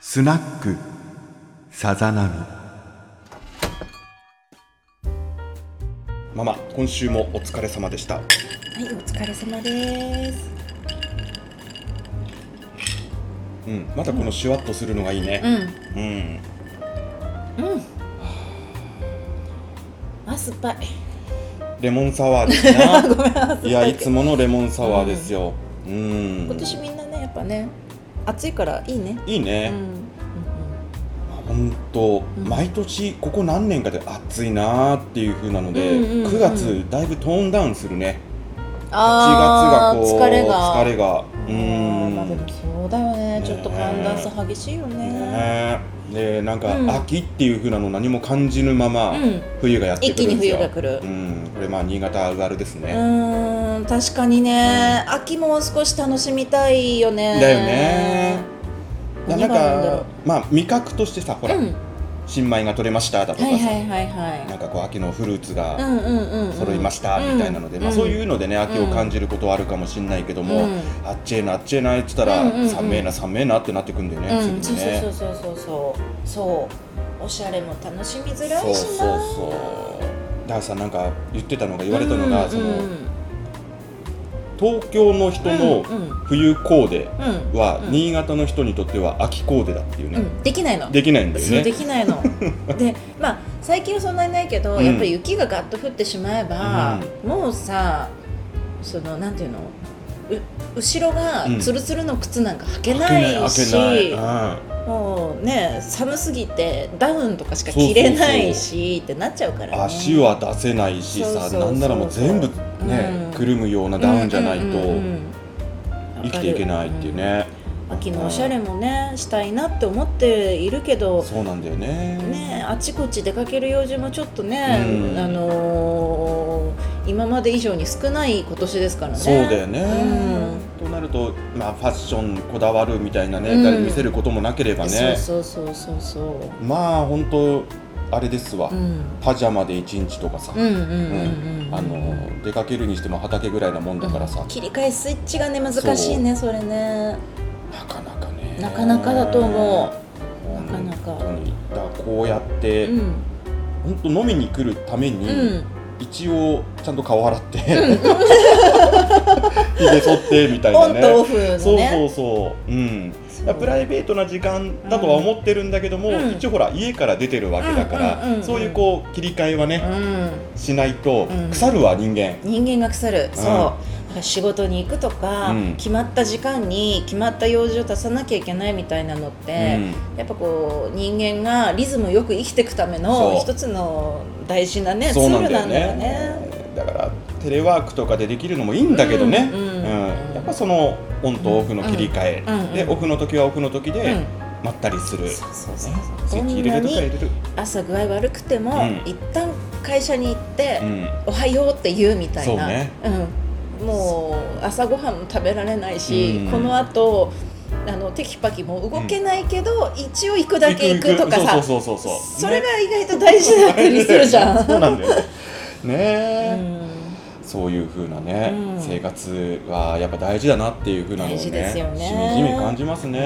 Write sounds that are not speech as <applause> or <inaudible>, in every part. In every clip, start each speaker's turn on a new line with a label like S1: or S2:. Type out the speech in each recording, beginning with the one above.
S1: スナックさざ波
S2: ママ今週もお疲れ様でした
S3: はい、お疲れ様です。
S2: うんまたこのシュワッとするのがいいね
S3: ん、
S2: うん、
S3: あ、酸っ <laughs> ぱい。
S2: レモンサワーですな
S3: <laughs> ごめん、酸っぱい。
S2: いやいつものレモンサワーですようん、
S3: 今年みんなね、やっぱね、暑いからいいね。
S2: いいね
S3: うん、うん
S2: 本当、
S3: うん
S2: 毎年ここ何年かで暑いなーっていう風なので、
S3: うんうんうん
S2: 9月だいぶトーンダウンするね
S3: うん。
S2: 8
S3: あー
S2: 月がこう
S3: 疲れが。
S2: 疲れがう
S3: あーまあ、で
S2: ん
S3: も、そうだよね。
S2: ね
S3: ちょっと寒暖差激しいよね。
S2: ねでなんか
S3: うん
S2: 秋っていう風なの何も感じぬまま
S3: うん
S2: 冬がやって
S3: 一
S2: く
S3: 気
S2: る
S3: に
S2: んです
S3: 冬
S2: よ、
S3: が来る
S2: う。ん、これまあ新潟あるあるです
S3: う
S2: ね、
S3: ーん、確かにね、秋もう少し楽しみたいよね。
S2: だよねいやな
S3: 何
S2: ん
S3: があるんだろ
S2: か
S3: う
S2: まあ味覚としてさほ
S3: う
S2: ら、
S3: ん、
S2: 新米が取れましただとかさ、
S3: はいはいはい
S2: なん
S3: は
S2: かこう秋のフルーツ
S3: い。う
S2: が
S3: んうんうんうん。
S2: 揃いましたみたいなので、まあ、そういううのでね秋を感じることはあるかもしれないけど
S3: の
S2: も、あっちへなあっちへな言ってたら、
S3: うんうんうん
S2: 寒えな寒えなってなってくんだよね、
S3: うん、
S2: す
S3: そ
S2: ぐ
S3: う
S2: に
S3: そう
S2: ね
S3: そうそうそうそうそうおしゃれも楽しみづら
S2: そう
S3: いし
S2: そう
S3: な
S2: そうだからさなんか言ってたのが言われたのが、
S3: うん
S2: そ
S3: うん
S2: の東京の人の
S3: うんうん
S2: 冬コーデ
S3: うん
S2: は、
S3: うん
S2: 新潟の人にとっては秋コーデだっていう
S3: う
S2: ね、
S3: ん、できないの
S2: できないんだよ
S3: そうで
S2: ね
S3: きない <laughs> のでまあ最近はそんなにないけど、
S2: うん
S3: やっぱり雪がガッと降ってしまえば、もうさそのなんていうのう後ろが
S2: うん
S3: ツルツルの靴なんか履け
S2: 開
S3: な
S2: 開
S3: いし、
S2: けない、うん
S3: もうね寒すぎてダウンとかしか
S2: そうそうそう
S3: 着れないしってなっちゃうからね
S2: 足は出せないし
S3: そう
S2: さ
S3: そうそう
S2: なんならもう全部ね
S3: うん
S2: くるむようなダウンじゃないと
S3: うんうんうんうん
S2: 生きていけないっていうね
S3: 秋のおしゃれもねしたいなって思っているけど、
S2: そうなんだよね
S3: ね、あちこち出かける用事もちょっとね、
S2: うん
S3: あのー今まで以上に少ない今年ですからね。
S2: そうだよね
S3: う
S2: となるとまあファッションこだわるみたいな
S3: う
S2: ね
S3: ん
S2: 誰に見せることもなければね
S3: そうそうそうそうそ
S2: まあ本当あれですわ
S3: う。うん、
S2: パジャマで一日とかさ
S3: うんうんうんうん。
S2: あの出かけるにしても畑ぐらいなもんだからさ
S3: 切り替えスイッチがね難しいねそれね。
S2: なかなかね
S3: なかなかだと思
S2: う
S3: なかなか
S2: 本当にだからこうやっ
S3: う
S2: て
S3: ん
S2: 本当飲みに来るため
S3: う
S2: に、
S3: ん
S2: 一応ちゃんと顔洗ってひげ剃ってみたい
S3: オ
S2: な
S3: ンとオ
S2: ね
S3: フのね。
S2: そうそうそう、うん、
S3: そう
S2: プライベートな時間だとは思ってるんだけども、
S3: うん
S2: 一応ほら家から出てるわけだから、
S3: うんうんうんうん
S2: そういうこう切り替えはね、
S3: うん。
S2: しないと
S3: うん
S2: 腐るわ人間、
S3: 人間が腐る、
S2: ん
S3: そうだから仕事に行くとか、
S2: うん
S3: 決まった時間に決まった用事を足さなきゃいけないみたいなのっ
S2: う
S3: て、やっぱこう人間がリズムよく生きていくための
S2: そう
S3: 一つの大事なねツ
S2: そう
S3: ー
S2: なん
S3: ル
S2: だ
S3: な
S2: よ
S3: んだ
S2: ね
S3: よね。
S2: だからテレワークとかでできるのもいいんだけどね、
S3: う
S2: うんん
S3: うん
S2: やっぱそのオンとオフの切り替え、
S3: うんうん
S2: でオフの時はオフの時
S3: う
S2: で
S3: ん
S2: まったりする、
S3: そうそうそう
S2: ねス
S3: そ
S2: イ
S3: う
S2: ッチ入れるとか入れる、
S3: 朝具合悪くても、
S2: うん
S3: 一旦会社に行って、
S2: うん、
S3: おはようって言うみたいな
S2: そうね
S3: うん、もう朝ごはんも食べられないし、
S2: うん
S3: この後あのテキパキもう動けないけど、一応行くだけ行くとかさ
S2: そうそうそうそうそう
S3: それが意外と大事だったりするじゃん。
S2: <laughs> そうなんだよねね
S3: う
S2: え、
S3: ん
S2: そういう風なね、
S3: うん
S2: 生活はやっぱ大事だなっていう風なのをね
S3: 大事ですよね
S2: しみじみ感じますね、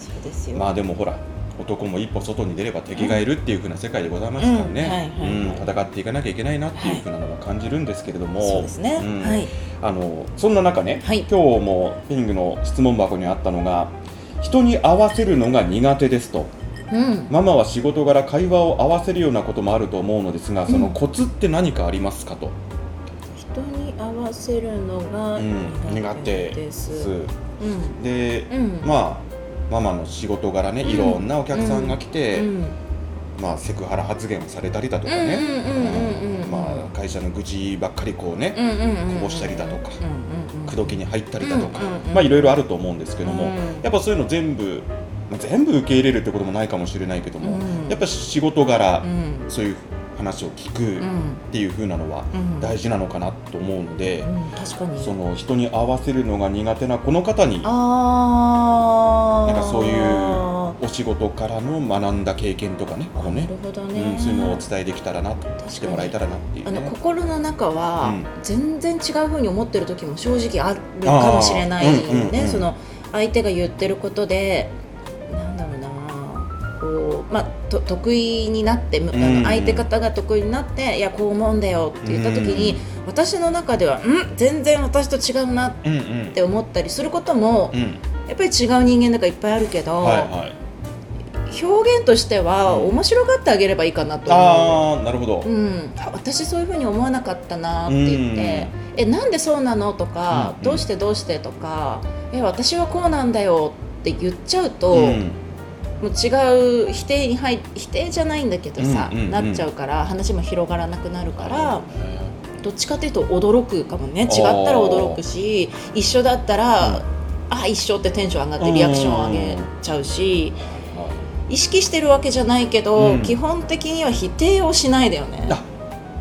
S3: そうですよ、
S2: まあでもほら男も一歩外に出れば敵がいるっていう風な世界でございますからね
S3: うんはいはいはい
S2: うん戦っていかなきゃいけないなっていう風なのは感じるんですけれども、
S3: そうですね、
S2: うん
S3: はい、
S2: あのそんな中ね、
S3: はい
S2: 今日もピングの質問箱にあったのが人に合わせるのが苦手ですと
S3: うん、
S2: ママは仕事柄会話を合わせるようなこともあると思うのですが、その
S3: うん
S2: コツって何かありますかと、
S3: 人に合わせるのが
S2: うん、苦
S3: 苦
S2: 手
S3: 手
S2: で
S3: です、
S2: す。
S3: うん
S2: で、
S3: うん
S2: まあママの仕事柄ね、
S3: うん
S2: いろんなお客さんが来て、
S3: うん
S2: まあセクハラ発言をされたりだとかね、
S3: うんうんうんうんうん
S2: うんまあ会社の愚痴ばっかりこう
S3: う
S2: ね、
S3: んうんうんうん
S2: こぼしたりだとか
S3: うんうんうん
S2: 口説きに入ったりだとか、
S3: うんうんうん
S2: まあいろいろあると思うんですけども、
S3: うん
S2: やっぱそういうの全部、まあ全部受け入れるってこともないかもしれないけども、
S3: うん
S2: やっぱ仕事柄、
S3: うん
S2: そういう話を聞く。
S3: うん
S2: っていう風なのは
S3: うん
S2: 大事なのかなと思うので、
S3: うん、確かに
S2: その人に合わせるのが苦手なこの方に
S3: あー
S2: なんかそういうお仕事からの学んだ経験とかねこう
S3: な
S2: ね
S3: るほどね、
S2: うん、そういうのをお伝えできたらなとしてもらえたらなっていう
S3: あの
S2: ね。
S3: 心の中は
S2: うん
S3: 全然違うふうに思ってる時も正直あるかもしれないよ
S2: あーうんうんう
S3: ね
S2: ん
S3: その相手が言ってることでなんこう、まあ、と得意になって、むあ
S2: うん
S3: の相手方が得意になっていやこう思うんだよって言った時に、私の中ではん全然私と違うなっ
S2: うんうん
S3: て思ったりすることも、
S2: うん
S3: やっぱり違う人間だからいっぱいあるけど、
S2: はいはい
S3: 表現としては
S2: うん
S3: 面白がってあげればいいかなと思う。
S2: ああなるほど
S3: うん、あ私そういうふうに思わなかったなって言って「えなんでそうなの?」と
S2: う
S3: か、
S2: んうん
S3: どうしてどうして?」とか「え私はこうなんだよ」って言っちゃうと、
S2: うん
S3: もう違う否定に入否定じゃないんだけどさ、
S2: うんうんうん
S3: なっちゃうから話も広がらなくなるから
S2: は
S3: どっちかというと驚くかもね違ったら驚くし一緒だったら、
S2: うん
S3: あ一緒ってテンション上がってリアクション上げちゃうし
S2: いはい
S3: 意識してるわけじゃないけど、
S2: うん
S3: 基本的には否定をしないだよね
S2: あ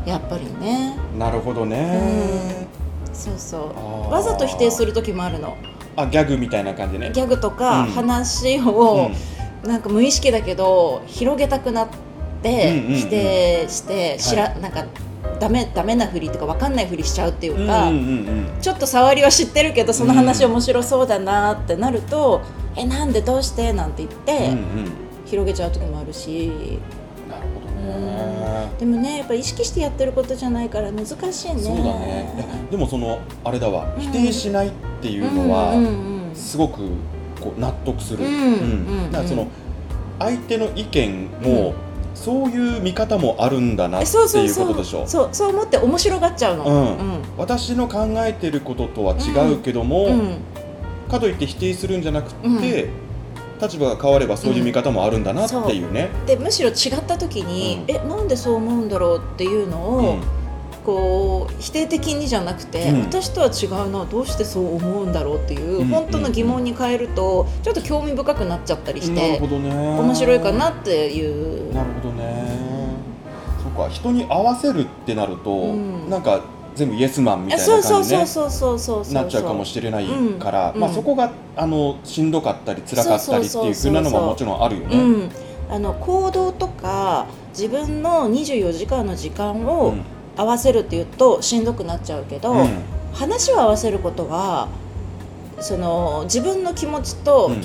S3: やっぱりね
S2: なるほどね、
S3: そうそうわ
S2: わ
S3: ざと否定す
S2: る
S3: る時もあるの
S2: あギャグみたいな感じね
S3: ギャグとか
S2: うん
S3: 話を、なんか無意識だけど広げたくなっ
S2: うん
S3: て
S2: うんうん
S3: 否定して知ら、なんかダメダメなふりとか分かんないふりしちゃうっていうか、
S2: うんうんうん
S3: ちょっと触りは知ってるけどその話面白そうだなってなると「えなんでどうして?」なんて言
S2: うん、う
S3: って
S2: ん
S3: 広げちゃう時もあるし
S2: うん、なるほどね、
S3: でもねやっぱ意識してやってることじゃないから難しいね。
S2: そうだねいやでもそのあれだわ
S3: うん
S2: 否定しないっていうのは、
S3: うんうん
S2: すごくこう納得する、
S3: うんうん
S2: だからその相手の意見も、そういう見方もあるんだな
S3: う
S2: っ
S3: ん、え
S2: て
S3: そうそう
S2: いうこ
S3: そ
S2: と
S3: う
S2: でしょ
S3: そうそう思って面白がっちゃうの。
S2: うん
S3: うん
S2: 私の考えてることとは違うけども、
S3: うん
S2: かといって否定するんじゃなくて、
S3: うん
S2: 立場が変わればそういう見方もあるんだなっていうね。
S3: でむしろ違った時に、
S2: う
S3: えなんでそう思うんだろうっていうの
S2: う
S3: を、
S2: ん
S3: こう否定的にじゃなくて、
S2: うん
S3: 私とは違うなどうしてそう思うんだろうっていう、
S2: うん
S3: 本当の疑問に変えるとちょっと興味深くなっちゃったりし
S2: なる
S3: て
S2: ほ、どね面
S3: 面白いかなっていう。
S2: なるほどねそっか人に合わせるってなると、
S3: うん
S2: なんか全部イエスマンみ
S3: え
S2: たいな
S3: そ
S2: 感
S3: う
S2: じに、
S3: そう
S2: ね、
S3: そうそうそうそう
S2: なっちゃうかも
S3: れ
S2: しれない
S3: うん
S2: から、
S3: うん
S2: まあ、そこがあのしんどかったり辛かったりっていうふうなのももちろんあるよね。
S3: うん、あの行動とか自分の24時間の時間を
S2: うん
S3: 合わせるっていうとしんどくなっちゃうけど、
S2: うん
S3: 話を合わせることはその自分の気持ちと
S2: うん
S3: 違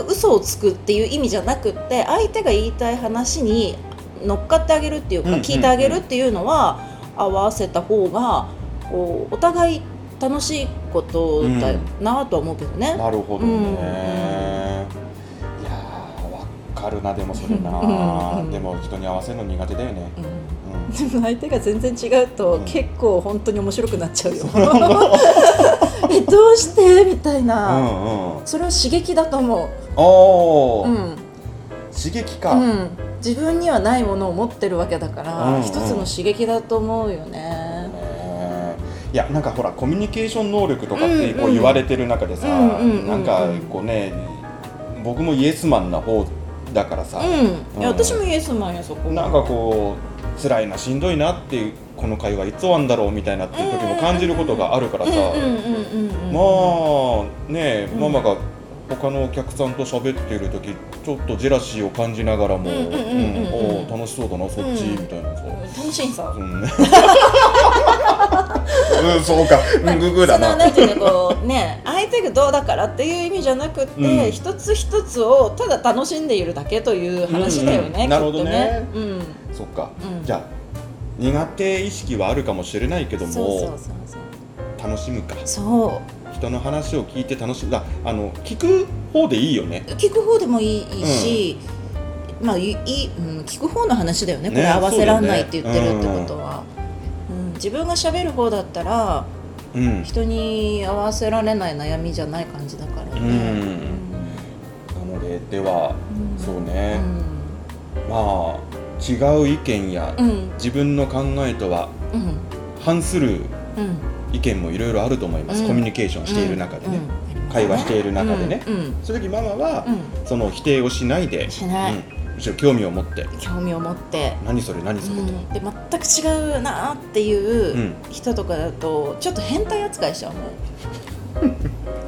S3: う嘘をつくっていう意味じゃなくって相手が言いたい話に乗っかってあげるっていうか、
S2: うん
S3: 聞いてあげるっていうのは合わせた方がこうお互い楽しいことだなとは思うけどね。
S2: なるほどね、いやーわかるなでもそれな、
S3: うんうん
S2: でも人に合わせるの苦手だよね。
S3: うん <laughs>
S2: うん
S3: でも相手が全然違うと、
S2: うん
S3: 結構本当に面白くなっちゃうよ。 <laughs> えどうしてみたいうな、
S2: んうん、
S3: それは刺激だと思
S2: お
S3: う。
S2: ー、
S3: うん
S2: 刺激か、
S3: うん、自分にはないものを持ってるわけだから、
S2: うんうん
S3: 一つの刺激だと思うよね。
S2: ねいやなんかほらコミュニケーション能力とかって
S3: うんうん
S2: こう言われてる中でさ、
S3: うんうんうんうん
S2: なんかこうね僕もイエスマンな方だからさ、
S3: うん、いや
S2: うん
S3: 私もイエスマンよそこは
S2: なんかこう辛いなしんどいなっていうこの会話いつ終わんだろうみたいなっていう時も感じることがあるからさ、
S3: うんうんうんうんうん、
S2: まあね
S3: うん
S2: ママが他のお客さんと喋っている時ちょっとジェラシーを感じながらも、
S3: うんうんうんうんう
S2: うん
S3: ん
S2: おー楽しそうだなそっち、
S3: うん
S2: みたいなさ。
S3: 楽しいさ。
S2: うん <laughs> うん、そうか、うんグーグーだ
S3: その
S2: な。
S3: なんていうのこう <laughs> ね相手がどうだからっていう意味じゃなくて、
S2: うん
S3: 一つ一つをただ楽しんでいるだけという話だよね、
S2: うんうん
S3: きっと
S2: なるほどね
S3: うん
S2: そっか、
S3: うん
S2: じゃあ苦手意識はあるかもしれないけども、
S3: そうそうそうそう
S2: 楽しむか。
S3: そ
S2: 人の話を聞いて楽しむ。あ、あの聞く方でいいよね。
S3: う聞く方でもいいいいし、まあいい、いいうん、聞く方の話だよねこれ
S2: ね
S3: 合わせらんないっ
S2: そ
S3: て
S2: う
S3: 言
S2: だ
S3: っ
S2: よ
S3: て
S2: ね
S3: るってことは、うん自分が喋る方だったら
S2: うん。
S3: 人に合わせられない悩みじゃない感じだからね、
S2: うんなのででは、
S3: うん
S2: そう
S3: う
S2: ね、
S3: ん
S2: まあ違う意見や、
S3: うん
S2: 自分の考えとは
S3: うん
S2: 反する
S3: うん
S2: 意見もいろいろあると思います、
S3: うん
S2: コミュニケーションしている中でね、
S3: うん
S2: 会話している中でね
S3: うんうん
S2: そういう時ママは、
S3: う
S2: その否定をしないで
S3: ん、しない、
S2: うん、むしろ興味を持って
S3: 興味を持って、
S2: 何それ何
S3: う
S2: それと、
S3: ん、で全く違うなって
S2: う
S3: いうん人とかだとちょっと変態扱いしちゃうの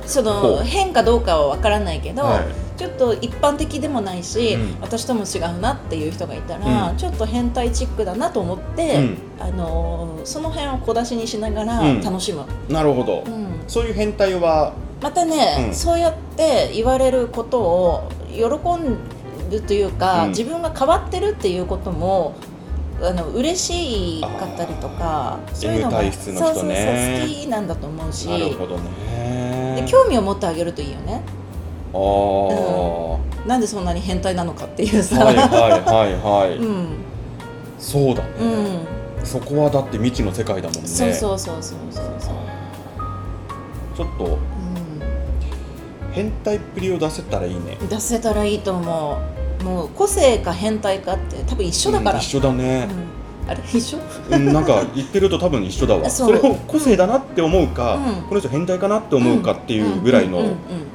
S3: そ
S2: ほ
S3: の
S2: う
S3: 変かどうかは分からないけど、
S2: はい
S3: ちょっと一般的でもないし、
S2: うん
S3: 私とも違うなっていう人がいたら、
S2: うん
S3: ちょっと変態チックだなと思って、
S2: うん
S3: あのーその辺を小出しにしながら
S2: うん
S3: 楽しむ、
S2: なるほど、
S3: うん
S2: そういう変態は
S3: またね、
S2: うん
S3: そうやって言われることを喜んるというか、
S2: うん
S3: 自分が変わってるっていうこともあの嬉しいかったりとかそういうのが
S2: M 体質の人ね
S3: そうそうそう好きなんだと思うし
S2: なるほどね
S3: で興味を持ってあげるといいよね
S2: ああ、
S3: なんでそんなに変態なのかっていうさ、
S2: はいはいはいはい、
S3: うん
S2: そうだ
S3: う
S2: ね、
S3: ん、
S2: そこはだって未知の世界だもんね
S3: そうそうそうそうそうそう、
S2: ちょっと変態っぷりを出せたらいいね
S3: うん、出せたらいいと思うもう個性か変態かって多分一緒だから、
S2: うん一緒だね、
S3: うんあれ一緒
S2: うん、なんか言ってると多分一緒だわ
S3: <laughs> そ
S2: そうれを個性だなって思うか、
S3: うん
S2: この人変態かなって思うかっていうぐらいの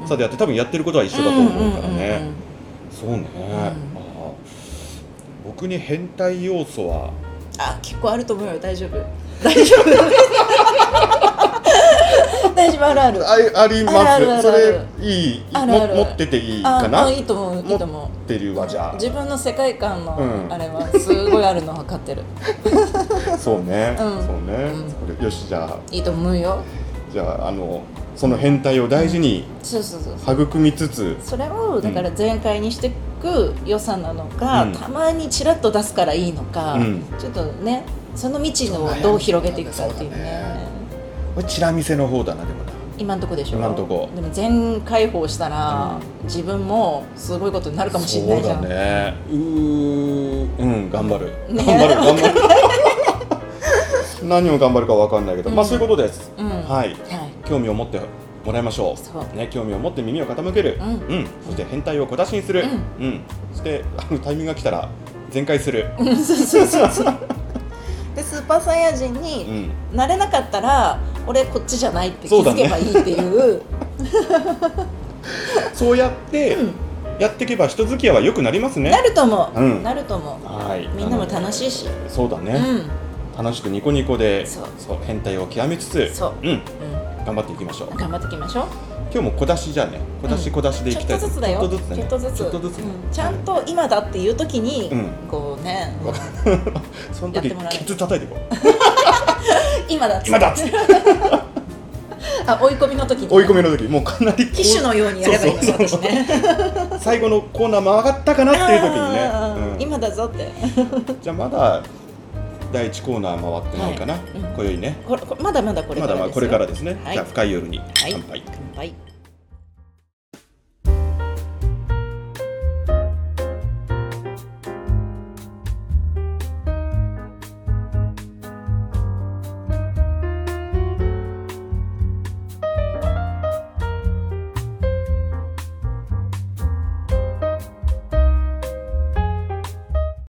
S2: 差であって多分やってることは一緒だと思うからね、
S3: んうんうん
S2: そうね、ああ僕に変態要素は
S3: あ結構あると思うよ
S2: <laughs>
S3: 大丈夫大丈夫大丈夫あるある
S2: ああります
S3: あるあるある
S2: それいい
S3: あるある
S2: も持ってていい
S3: あ
S2: かな
S3: あい
S2: 持
S3: いと思ういいと思う
S2: ってるわじゃ
S3: 自分の世界観の
S2: うん
S3: あれはすごいあるの分かってる
S2: あそうね、
S3: うん
S2: そうね、
S3: うん
S2: それよしじゃあ
S3: いいと思うよ
S2: じゃああのその変態を大事に
S3: そうそうそう
S2: 育みつつ、
S3: それをだから全開にしていく良さなのか、
S2: うん
S3: たまにちらっと出すからいいのか、
S2: うん
S3: ちょっとねその未知のをどう広げていくかっていうね
S2: そうだねこれチラ見せの方だなでもな
S3: 今んとこでしょ
S2: 今んとこ
S3: でも全開放したら、自分もすごいことになるかもしれないじゃん
S2: そうだねうーうん頑張る、
S3: ね
S2: 頑張る頑張る <laughs> 何を頑張るかわかんないけど、
S3: うん
S2: まあそういうことです、
S3: うん
S2: はい
S3: はい
S2: 興味を持ってもらいましょ
S3: そう
S2: うね興味を持って耳を傾ける、
S3: う
S2: うんんそして変態を小出しにする、うんそしてあのタイミングが来たら全開する、
S3: うんそうそうそうそうでスーパーサイヤ人
S2: う
S3: に
S2: ん、
S3: なれなかったら、俺こっちじゃないって気づけばいいっていう
S2: そうやって
S3: うん
S2: やっていけば人付き合いは良くなりますね
S3: なると思う、
S2: うん
S3: なると思う、
S2: はい
S3: みんなも楽しいし、
S2: そうだ
S3: う
S2: ね、
S3: ん
S2: 楽しくニコニコで
S3: そう
S2: 変態を極めつつ
S3: そう
S2: うん、
S3: う、
S2: 頑張っていきましょうん
S3: 頑張っていきましょう
S2: 今日も小出しじゃあね小出し小出しでい
S3: ちょ
S2: き
S3: ったと
S2: い
S3: ずつだよ
S2: ちょっとずつね
S3: ちょっとずつ
S2: ちょっとずつね
S3: うんちゃんと今だっていう時に、
S2: うん
S3: こうね
S2: その
S3: やっ
S2: 時
S3: てもらえない
S2: ケツ叩いていこう
S3: 今だっ
S2: 今だっつって
S3: <laughs> あ追い込みの時に、
S2: 追い込みの時もうかなりこう
S3: 機種のようにやればいいんだ
S2: そうそうそう
S3: 私
S2: <laughs>
S3: ね
S2: 最後のコーナー曲がったかなっていう時に
S3: あー
S2: ね、うん
S3: 今だぞって
S2: じゃあまだ第一コーナー回ってないかな、
S3: はいうん
S2: 今宵ね
S3: これこれまだまだこれ
S2: ま
S3: か
S2: だ
S3: ら
S2: まあ
S3: です
S2: これから
S3: で
S2: ですね、
S3: はい
S2: じゃあ深い夜に
S3: い
S2: 乾杯、
S3: すはい